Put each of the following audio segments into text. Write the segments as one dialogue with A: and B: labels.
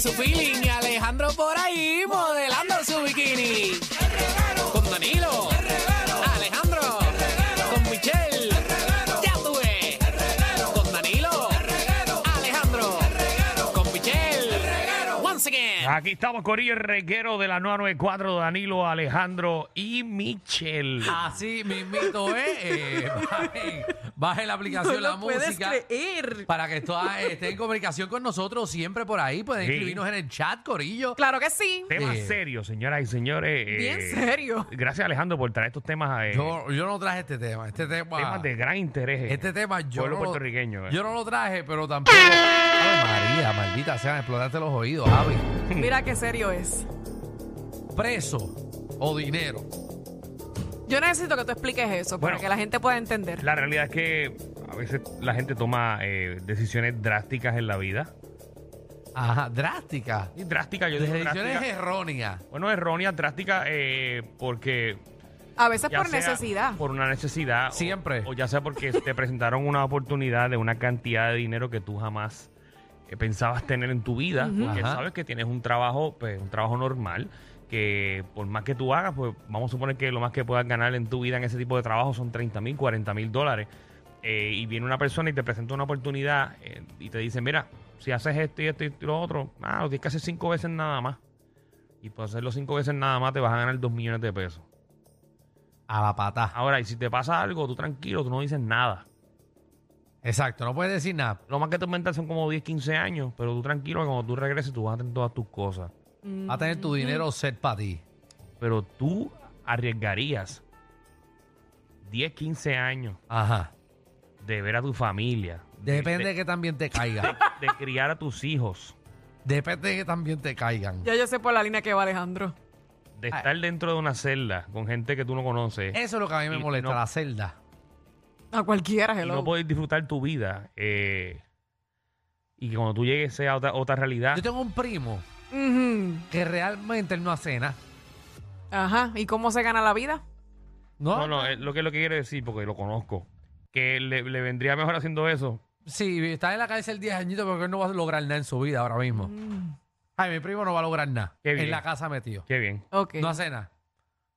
A: su feeling y Alejandro por ahí modelando su bikini. Con Danilo. Alejandro. Con Michelle. Ya tuve. Con Danilo. Alejandro. Con Michelle. Once again.
B: Aquí estamos, Corillo, el reguero de la 994, Danilo, Alejandro y Michel.
C: Así mismito es. Eh, bajen, bajen la aplicación,
D: No
C: la
D: lo puedes
C: música.
D: creer.
C: Para que todas estén en comunicación con nosotros siempre por ahí. Pueden
B: Sí.
C: escribirnos en el chat, Corillo.
D: Claro que sí.
B: Tema
C: Eh.
B: serio, señoras y señores. eh,
D: Bien serio.
B: Gracias, Alejandro, por traer estos temas. eh,
C: Yo, yo no traje este tema. Este tema.
B: temas de gran interés. eh,
C: este tema yo.
B: pueblo
C: no lo-
B: puertorriqueño. eh.
C: Yo no lo traje, pero tampoco. Ay, María, maldita sea, me explotaste los oídos, Javi.
D: Mira qué serio es.
C: Preso o dinero.
D: Yo necesito que tú expliques eso
B: Bueno.
D: para que la gente pueda entender.
B: La realidad es que a veces la gente toma eh, decisiones drásticas en la vida.
C: Ajá, drástica.
B: Y drásticas, yo digo
C: Decisiones e-
B: drásticas.
C: erróneas.
B: Bueno, erróneas, drásticas, eh, porque
D: A veces
B: ya
D: por
B: sea
D: necesidad.
B: Por una necesidad. o-
C: Siempre.
B: O, ya sea porque te presentaron una oportunidad de una cantidad de dinero que tú jamás eh, pensabas tener en tu vida. Porque
C: Ajá.
B: sabes que tienes un trabajo, pues, un trabajo normal. Que por más que tú hagas, pues vamos a suponer que lo más que puedas ganar en tu vida en ese tipo de trabajo son 30 mil, 40 mil dólares. Eh, y viene una persona y te presenta una oportunidad eh, y te dice, mira, si haces esto y esto y lo otro, ah, lo tienes que hacer cinco veces nada más. Y por hacerlo cinco veces nada más te vas a ganar dos millones de pesos.
C: A la pata.
B: Ahora, y si te pasa algo, tú tranquilo, tú no dices nada.
C: Exacto, no puedes decir nada.
B: Lo más que te aumentan son como 10, 15 años, pero tú tranquilo, que cuando tú regreses, tú vas a tener todas tus cosas.
C: Va a tener
D: Mm,
C: tu dinero set para ti.
B: Pero tú arriesgarías 10, 15 años
C: Ajá.
B: de ver a tu familia.
C: Depende
B: De,
C: que también te caiga.
B: de criar a tus hijos.
C: Depende que también te caigan.
D: Ya yo sé por la línea que va Alejandro.
B: De estar dentro de una celda con gente que tú no conoces.
C: Eso es lo que a mí me
B: Y
C: molesta,
B: no-
C: la celda.
D: A cualquiera,
B: y
D: hello.
B: no poder disfrutar tu vida. eh, y que cuando tú llegues sea otra, otra realidad.
C: Yo tengo un primo
D: Ujú.
C: que realmente él no hace nada.
D: Ajá. ¿Y cómo se gana la vida?
C: ¿No?
B: No, no, es lo que lo que quiero decir, porque lo conozco. Que le- le vendría mejor haciendo eso
C: Sí, está en la cárcel 10 añitos porque él no va a lograr nada en su vida ahora mismo.
D: Mm.
C: Ay, mi primo no va a lograr nada.
B: Mm. Qué bien.
C: En la casa metido.
B: Qué bien.
D: Ok.
C: No hace nada.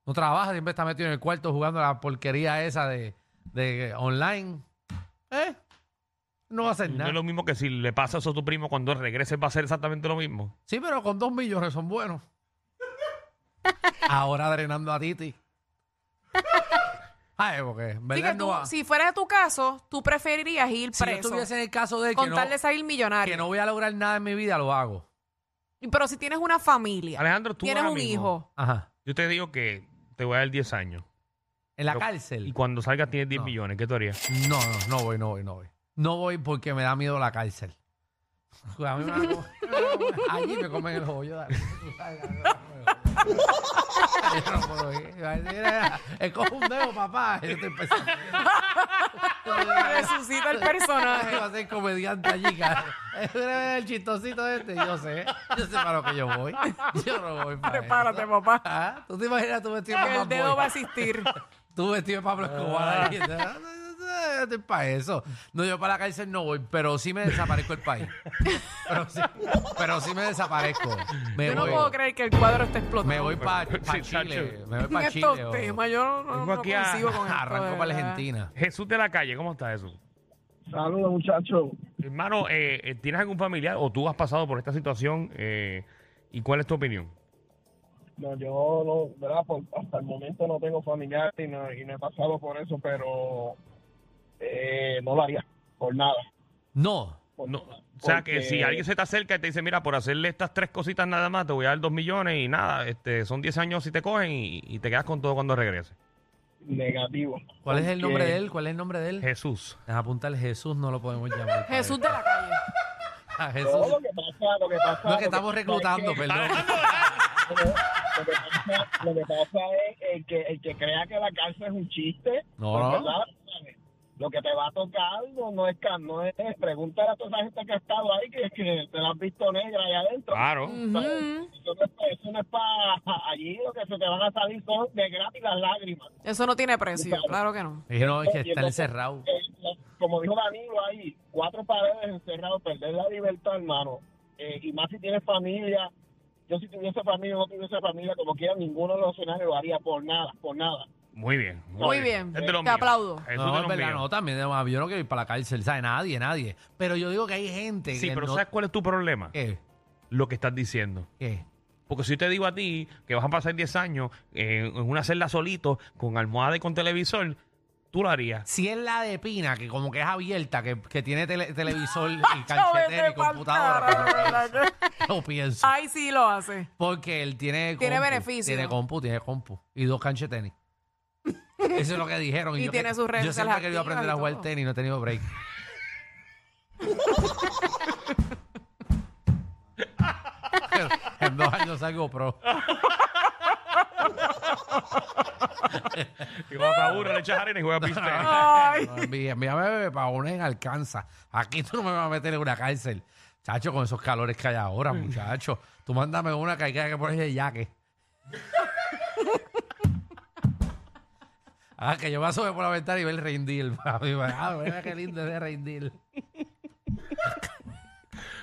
C: No trabaja, siempre está metido en el cuarto jugando la porquería esa de, de online. ¿Eh? No va a hacer
B: No
C: nada.
B: es lo mismo que si le pasa eso a tu primo cuando regreses va a ser exactamente lo mismo.
C: Sí, pero con dos millones son buenos. Ahora drenando a Titi. Ay, porque, en
D: Así
C: ¿verdad?
D: que
C: no
D: tú,
C: va-
D: si fuera de tu caso, tú preferirías ir
C: si yo
D: preso.
C: estuviese en el caso de él, que
D: con
C: no,
D: tal de salir millonario.
C: que no voy a lograr nada en mi vida, lo hago.
D: Y- Pero si tienes una familia,
B: Alejandro, tú
D: tienes
B: ahora
D: un
B: mismo,
D: hijo.
C: Ajá.
B: Yo te digo que te voy a dar 10 años.
C: En la
B: Pero- Y
C: cárcel.
B: cuando salgas tienes 10
C: No.
B: millones. ¿Qué te harías?
C: No, no, no voy, no voy, no voy. No voy porque me da miedo la cárcel. Pues A mí me van a comer- Allí me comen el hoyo. dale. Tú sabes, dale, dale. Yo no puedo ir. Yo decir, "Mira, Es como un dedo, papá. Yo estoy pensando.
D: Resucita el personaje.
C: va a ser comediante allí, cara. el chistosito este, yo sé. Yo sé para lo que yo voy. Yo no voy para
D: Prepárate,
C: eso.
D: papá.
C: Ah, ¿Tú te imaginas tú vestido de
D: Que
C: Pablo
D: el dedo Ah. va a
C: Escobar?
D: asistir.
C: Tú vestido de Pablo Escobar ahí. No, no, no, no, estoy para eso. No, yo para la cárcel no voy, pero sí me desaparezco el país. Pero sí, pero sí me desaparezco. Me
D: Yo no
C: voy.
D: puedo creer que el cuadro esté explotando.
C: me voy para
B: Sí,
C: Chile.
B: chacho.
C: Me voy
D: En
C: para
D: estos
C: Chile. o-
D: temas, yo no, no,
B: Vengo
D: no
B: aquí a-
D: coincido con esto,
C: Arranco
D: de
C: para
D: verdad.
C: Argentina.
B: Jesús de la calle, ¿cómo está eso?
E: Saludos, muchachos.
B: Hermano, eh, eh, ¿tienes algún familiar o tú has pasado por esta situación? eh, ¿Y cuál es tu opinión?
E: No, yo no, ¿verdad? Por- hasta el momento no tengo familiar y no, y no he pasado por eso, pero eh, no lo haría, por nada.
C: No.
E: por
B: No,
E: nada.
B: o sea, que
E: Porque-
B: si alguien se te acerca y te dice, mira, por hacerle estas tres cositas nada más, te voy a dar 2 millones y nada, este, son 10 años si te cogen y, y te quedas con todo cuando regreses.
E: Negativo.
C: ¿Cuál es el nombre
E: Porque-
C: de él? ¿Cuál es el nombre de él?
B: Jesús.
C: Deja apuntar Jesús, no lo podemos llamar. para
D: Jesús
C: esto.
D: de la calle.
C: A
E: No,
C: Jesús.
E: lo que pasa, lo que pasa.
C: Lo que estamos
E: pasa es
C: reclutando,
E: que-
C: perdón.
E: Lo que pasa, lo que pasa es el que, el que crea que la cárcel es un chiste.
C: No,
E: porque,
C: no.
E: ¿verdad? Lo que te va a tocar no, no es, ca- no es. Pregúntale a toda esa gente que ha estado ahí que, que te la has visto negra allá adentro.
B: Claro.
D: Ujú.
E: Eso no es pa- pues, eso no es para allí, lo que se te van a salir son de gratis las lágrimas.
D: Eso no tiene precio, claro que no.
C: Dije, no, es que está encerrado.
E: Eh, la- Como dijo Danilo ahí, cuatro paredes encerrados, perder la libertad, hermano. eh, y más si tienes familia. Yo si tuviese familia o no tuviese familia, como quiera, ninguno de los escenarios lo haría por nada, por nada.
B: Muy bien.
D: Muy bien.
B: Es de los
D: Te
B: míos.
D: aplaudo.
B: Jesús
C: No,
B: de
C: es
B: los
C: verdad,
B: míos.
C: no, también. no, ah, Yo no quiero ir para la cárcel, ¿sabes? Nadie, nadie. Pero yo digo que hay gente
B: Sí,
C: que
B: pero
C: no-
B: ¿sabes cuál es tu problema?
D: Eh.
C: ¿Qué?
B: Lo que estás diciendo.
C: ¿Qué?
B: Porque si yo te digo a ti que vas a pasar 10 años eh, en una celda solito, con almohada y con televisor, tú lo harías.
C: Si es la de Pina, que como que es abierta, que, que tiene tele- televisor y
D: Vete
C: calcetera y
D: pa'l
C: computadora,
D: carajo.
C: pero no pienso.
D: Ay, sí lo hace.
C: Porque él tiene
D: Tiene
C: compu,
D: beneficio.
C: Tiene compu, tiene compu. Y dos canchas de tenis. Eso es lo que dijeron.
D: Y
C: yo
D: tiene
C: que-
D: sus redes
C: Yo siempre he
D: sociales
C: querido
D: activas
C: aprender a
D: y
C: jugar
D: todo.
C: tenis, no he tenido break. Pero en dos años salgo pro.
B: Y cuando te aburres, le echas arena y juegas pista.
D: Ay.
C: No, envía- Envíame para una en alcanza. Aquí tú no me vas a meter en una cárcel. Chacho, con esos calores que hay ahora, muchacho. Tú mándame una que hay que ponerle el yaque. Ah, que yo me asome por la ventana y ve el reindeer. papi. Ah, mira qué lindo ese reindeer.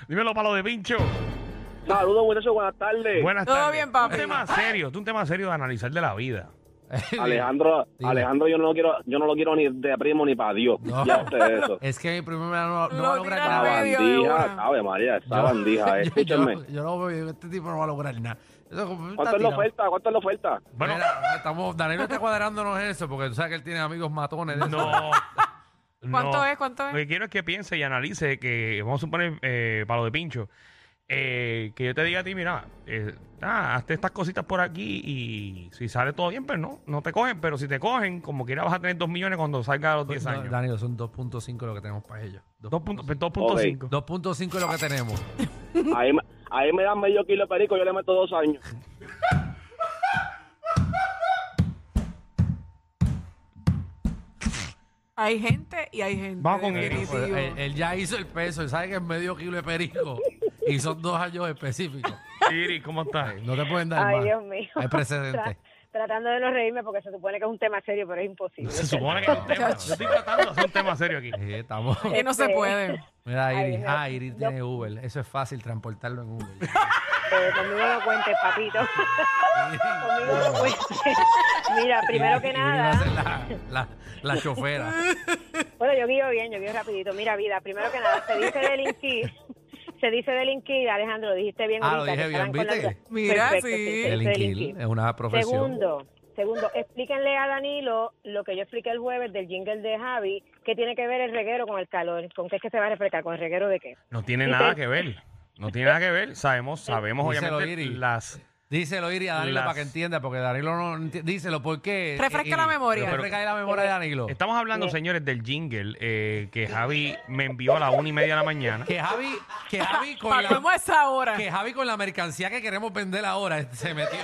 B: Dímelo, palo de pincho.
F: Saludos, muchachos, buenas tardes.
B: Buenas
D: Todo
B: tardes.
D: bien, papi.
B: Un tema serio, es un tema serio de analizar de la vida.
F: Alejandro,
C: Dime.
F: Alejandro, yo no lo quiero, yo no lo quiero ni de primo ni para Dios.
C: No.
F: Ya usted eso.
C: Es que mi primo me no, no va a
D: Lo
C: lograr
D: tira
F: Esa
D: al
C: nada.
D: medio de
F: bandija,
D: una.
F: sabe María, esa bandija, eh.
C: yo,
F: escúchenme.
C: yo, yo no veo, yo, este tipo no va a lograr nada. Eso es como-
F: ¿Cuánto es la
C: está tirado.
F: oferta? ¿Cuánto es la oferta?
B: Bueno,
C: Mira, estamos, Danilo está cuadrándonos eso porque tú sabes que él tiene amigos matones. de esos.
B: no.
D: ¿Cuánto
B: no.
D: es? ¿Cuánto
B: Lo
D: es?
B: que quiero es que piense y analice que, vamos a suponer, eh, palo de pincho, eh, que yo te diga a ti, mira, eh, ah, hazte estas cositas por aquí y si sale todo bien, pues no, no te cogen, pero si te cogen, como quiera vas a tener 2 millones cuando salga a los 10
C: Pues, No,
B: años. pues,
C: Danilo, son 2.5 lo que tenemos para ellos. Dos-
B: 2.5.
C: 2.5 es lo que tenemos.
F: Ahí, me- ahí me dan medio kilo de perico, yo le meto dos años.
D: Hay gente y hay gente.
B: Vamos con
D: definitivo.
B: Pues,
C: él, él ya hizo el peso, él sabe que es medio kilo de perico y son dos años específicos.
B: Iris, ¿cómo estás?
C: No te pueden dar
G: Ay,
C: más.
G: Dios mío.
C: Hay precedentes.
G: Tra- tratando de no reírme porque se supone que es un tema serio, pero es imposible.
B: Se supone que es un tema. Yo estoy tratando de hacer un tema serio aquí.
C: Sí, estamos.
B: eh.
D: Que no se puede.
C: Mira,
G: Ay,
C: Iris.
G: Dios.
C: Ah, Iris tiene Uber. Eso es fácil transportarlo en Uber.
G: Eh, conmigo no cuentes, papito. conmigo no cuentes. Mira, primero que
C: Iris- Iris va a ser
G: nada,
C: la, la, la chofera.
G: bueno, yo guío bien, yo guío rapidito. Mira, vida, primero que nada, se dice delinquir. Se dice delinquir, Alejandro, lo dijiste bien
C: Ah, lo
G: ahorita.
C: dije
G: que
C: bien,
G: estaban con
C: ¿viste?
G: las dos.
D: Mira,
G: Perfecto,
D: sí.
G: se dice
C: Delinquir es una profesión.
G: Segundo, segundo, explíquenle a Danilo lo que yo expliqué el jueves del jingle de Javi, que tiene que ver el reguero con el calor. ¿Con qué es que se va a refrescar? ¿Con el reguero de qué?
B: No tiene nada que ver. No tiene nada que ver. Sabemos, sabemos
C: Díselo,
B: obviamente
C: Iris.
B: las...
C: Díselo, Iris, a Danilo
B: Las-
C: para que entienda, porque Danilo no entiende. Díselo, ¿por qué? Eh,
D: Refresca
C: Iris?
D: la memoria.
C: Refresca ahí la memoria
B: Eh,
C: de Danilo.
B: Estamos hablando, señores, del jingle eh, que Javi me envió a la una y media de la mañana.
C: Que Javi, que Javi con la...
D: Palmemos esa hora.
C: Que Javi con la mercancía que queremos vender ahora este, se metió.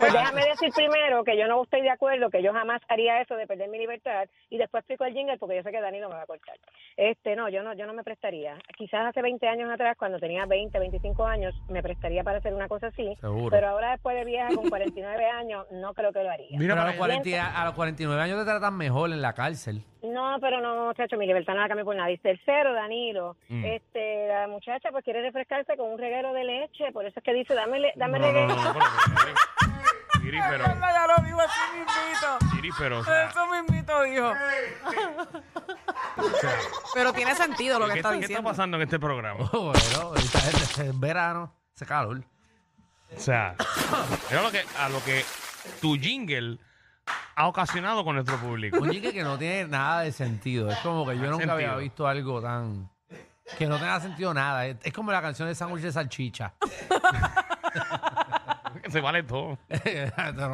G: Pues déjame decir primero que yo no estoy de acuerdo, que yo jamás haría eso de perder mi libertad y después explico el jingle porque yo sé que Dani no me va a cortar. Este, no, yo no yo no me prestaría. Quizás hace 20 años atrás, cuando tenía 20, 25 años, me prestaría para hacer una cosa así,
C: Seguro.
G: pero ahora después de vieja con 49 años, no creo que lo haría.
B: Mira
C: Pero a
B: para
C: los,
B: allá.
C: 40 a los 49 años te tratan mejor en la cárcel.
G: No, pero no, muchacho, mi libertad no la cambio por nadie. Tercero, Danilo,
B: Mm.
G: este, la muchacha pues quiere refrescarse con un reguero de leche, por eso es que dice, dame, le- dame
B: No, no,
G: reguero.
B: no, no, pero- Iris, pero...
D: Carla ya lo dijo así mismito.
B: Iris, pero... o sea,
D: Eso mismito dijo. Pero tiene sentido lo que
B: ¿Qué
D: está
B: está, qué está
D: diciendo.
B: pasando en este programa?
C: Oh, bueno, esta gente, en verano, hace calor.
B: O sea, mira lo que, a lo que tu jingle ha ocasionado con nuestro público.
C: Un jingle que no tiene nada de sentido. Es como que yo nunca había
B: sentido.
C: visto algo tan... Que no tenga sentido nada. Es, es como la canción de sándwich de salchicha.
B: Se vale todo.
C: Esto no,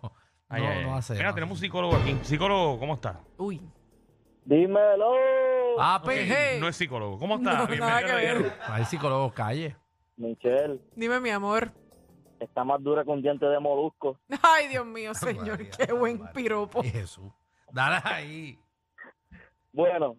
C: no,
B: Ay, ay,
C: no
B: ay.
C: hace.
B: Mira,
C: no
B: tenemos un
C: hace.
B: psicólogo aquí. Psicólogo, ¿cómo está?
D: Uy.
E: Dímelo.
C: Ah,
B: Ok,
C: pe-
B: No es psicólogo. ¿Cómo está?
D: No, nada
B: Bienvenido
D: que
B: a la
D: ver.
B: guerra.
C: Hay psicólogos calle.
E: Michelle,
D: Dime, mi amor.
E: está más dura que un diente de molusco.
D: Ay, Dios mío, señor. Qué buen piropo.
B: Eh,
C: Ay, Jesús. Dale ahí.
E: Bueno,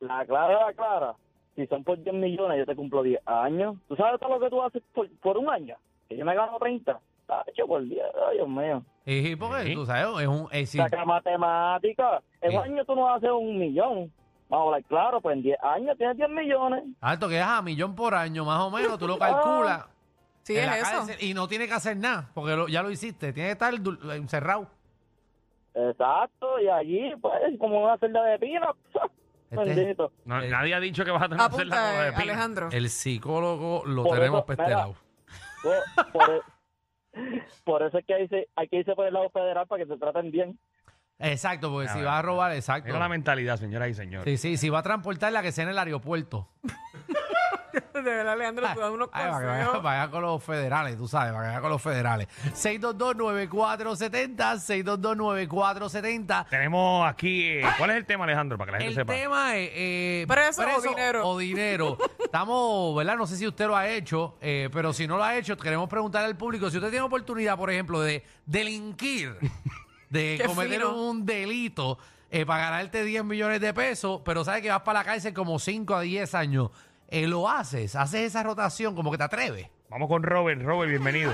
E: la clara, la clara. Si son por 10 millones, yo te cumplo 10 años. ¿Tú sabes todo lo que tú haces por, por un año? Que yo me gano 30. Tacho, por 10, ay, Dios mío.
C: Y porque
B: Sí.
C: tú sabes, es un... es-
E: Saca matemática. En
C: Sí.
E: un año tú no haces un millón. Vamos a hablar claro, pues en 10 años tienes 10 millones.
C: Alto que es a millón por año, más o menos,
E: Ah,
C: tú lo calculas.
D: Sí,
C: en la
D: es eso.
C: cárcel y no tiene que hacer nada, porque lo- ya lo hiciste. Tiene que estar dul- encerrado.
E: Exacto, y allí, pues, como una celda de pino.
C: Este-
E: Bendito.
B: No,
C: Eh,
B: nadie ha dicho que vas a tener que hacer la
D: Apunta,
B: rueda
D: eh,
B: de pila.
D: Alejandro.
C: El psicólogo lo
E: Por
C: tenemos
E: eso,
C: para este
E: mira.
C: lado.
E: Yo, Pues, por, e- por eso es que hay que hay que irse por el lado federal para que se traten bien.
C: Exacto, porque
B: A
C: si
B: ver,
C: va a robar, exacto.
B: Mira la mentalidad, señoras y señores.
C: Sí, sí, si va a transportar la que sea en el aeropuerto.
D: De verdad, Alejandro, tú das
B: Ah,
D: unos
C: Ay, para, que vaya,
D: consejos.
C: para allá con los federales, tú sabes, para que vaya con los federales. 622-9470, 622-9470.
B: Tenemos aquí. eh, ¿Cuál es el tema, Alejandro? Para que la gente
C: El
B: sepa.
C: tema es eh,
D: Preso o dinero.
C: o dinero. Estamos, ¿verdad? No sé si usted lo ha hecho, eh, pero si no lo ha hecho, queremos preguntarle al público si usted tiene oportunidad, por ejemplo, de delinquir, de
D: Qué
C: cometer
D: fino.
C: un delito eh, para ganarte 10 millones de pesos, pero sabes que vas para la cárcel como 5 a 10 años. Eh, lo haces, haces esa rotación, como que te atreves.
B: Vamos con Robert. Robert, bienvenido.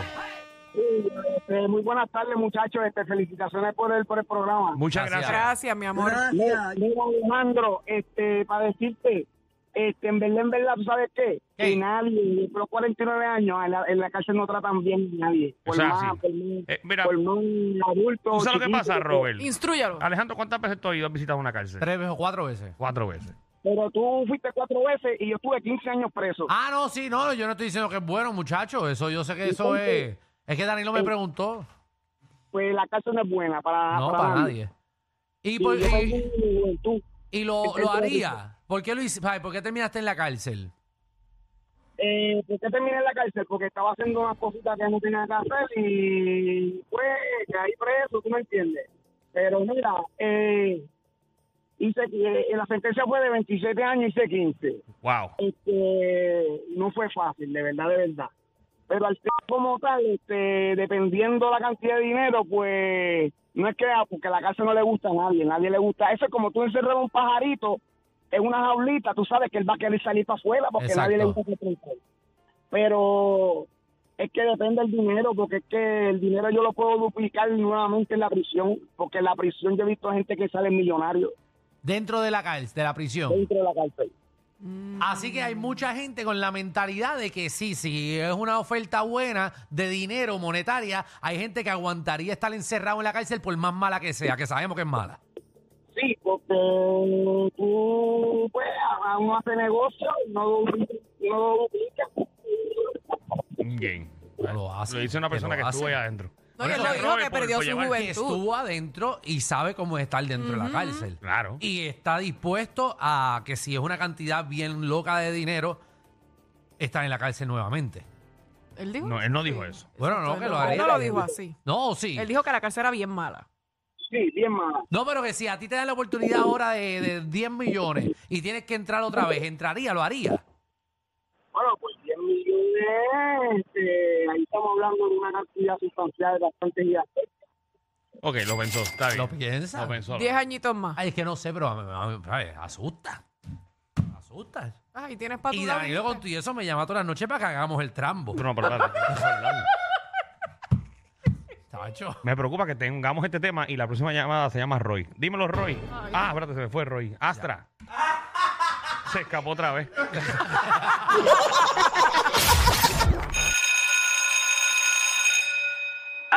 F: Eh, muy buenas tardes, muchachos. Este, felicitaciones por el, por el programa.
B: Muchas
C: Gracias.
B: gracias.
D: Gracias, mi amor.
F: Mira, mira, Alejandro, este, para decirte, este, en verdad, en verdad, ¿tú sabes qué?
C: ¿Qué?
F: Que nadie, de los 49 años, en la, en la cárcel no tratan bien a nadie. Por
B: Eso es
F: más,
B: así.
F: por más,
B: Eh, mira,
F: por más adulto.
B: ¿tú sabes lo que
F: chiquito,
B: pasa, Robert?
D: Instrúyalo.
B: Alejandro, ¿cuántas veces tú has ido a visitar una cárcel?
C: Tres veces o cuatro veces.
B: Cuatro veces.
F: este, Pero tú fuiste cuatro veces y yo estuve 15 años preso.
C: Ah, no, sí, no, yo no estoy diciendo que es bueno, muchachos. Eso yo sé que eso es. Es que Danilo me preguntó.
F: Pues la cárcel no es buena
E: Ah,
F: para,
C: No, para nadie. Y,
F: Y
C: por-
F: yo
C: y-
F: perdí mi juventud.
C: y lo,
F: Entonces,
C: lo haría. ¿Por qué, lo hici- ay, ¿Por qué terminaste en la cárcel?
F: Eh, ¿Por qué terminé en la cárcel? Porque estaba haciendo unas cositas que no tenía que hacer y pues caí preso, tú me entiendes. Pero mira, eh, hice, eh, la sentencia fue de 27 años, hice 15.
B: Wow.
F: Este, no fue fácil, de verdad, de verdad. Pero al final como tal, este, dependiendo la cantidad de dinero, pues no es que ah, porque la cárcel no le gusta a nadie, nadie le gusta. Eso es como tú encerrar un pajarito en una jaulita, tú sabes que él va a querer salir para afuera porque
C: Exacto.
F: nadie le gusta que trinque. Pero es que depende del dinero, porque es que el dinero yo lo puedo duplicar nuevamente en la prisión, porque en la prisión yo he visto gente que sale millonario
C: Dentro de la cárcel, de la prisión.
F: dentro de la cárcel.
C: Así que hay mucha gente con la mentalidad de que sí, si es una oferta buena de dinero monetaria, hay gente que aguantaría estar encerrado en la cárcel por más mala que sea, que sabemos que es mala.
F: Sí, porque tú, pues, a- uno hace negocio y no, no duplica.
B: Bien.
C: No lo hace,
B: Lo dice una
C: que
B: persona
C: lo
B: que,
C: hace.
B: estuvo allá adentro.
D: No, que
C: Bueno,
D: lo dijo que
B: Robert, por-
D: perdió
B: por
D: su
B: llevar-
C: Que
D: juventud.
C: estuvo adentro y sabe cómo es estar dentro de la cárcel.
B: Claro.
C: Y está dispuesto a que si es una cantidad bien loca de dinero, estar en la cárcel nuevamente.
D: ¿Él dijo?
B: No, él no dijo eso.
C: Bueno, no, que lo
D: Él
C: haría.
D: no lo dijo así.
C: No, sí.
D: Él dijo que la cárcel era bien mala.
F: Sí, bien mala.
C: No, pero que si a ti te dan la oportunidad ahora de, de 10 millones y tienes que entrar otra vez, entraría, lo haría.
F: Bueno, pues 10 millones, este, ahí estamos hablando de una cantidad sustancial bastante gigante.
B: Ok, lo pensó. Está bien.
C: ¿Lo piensas?
B: Lo pensó.
D: Diez añitos más.
C: Ay, es que no sé, pero a mí- a mí- a ver, asusta. Asusta.
D: Ay, tienes para tu
C: Y
D: lado,
C: Danilo
D: dijiste.
C: con tu- y eso me llama todas las noches para que hagamos el trambo.
B: Tú no, pero espérate, estamos hablando.
C: Chacho.
B: Me preocupa que tengamos este tema y la próxima llamada se llama Roy. Dímelo, Roy. Ah, espérate, se me fue Roy. Astra. Se escapó otra vez.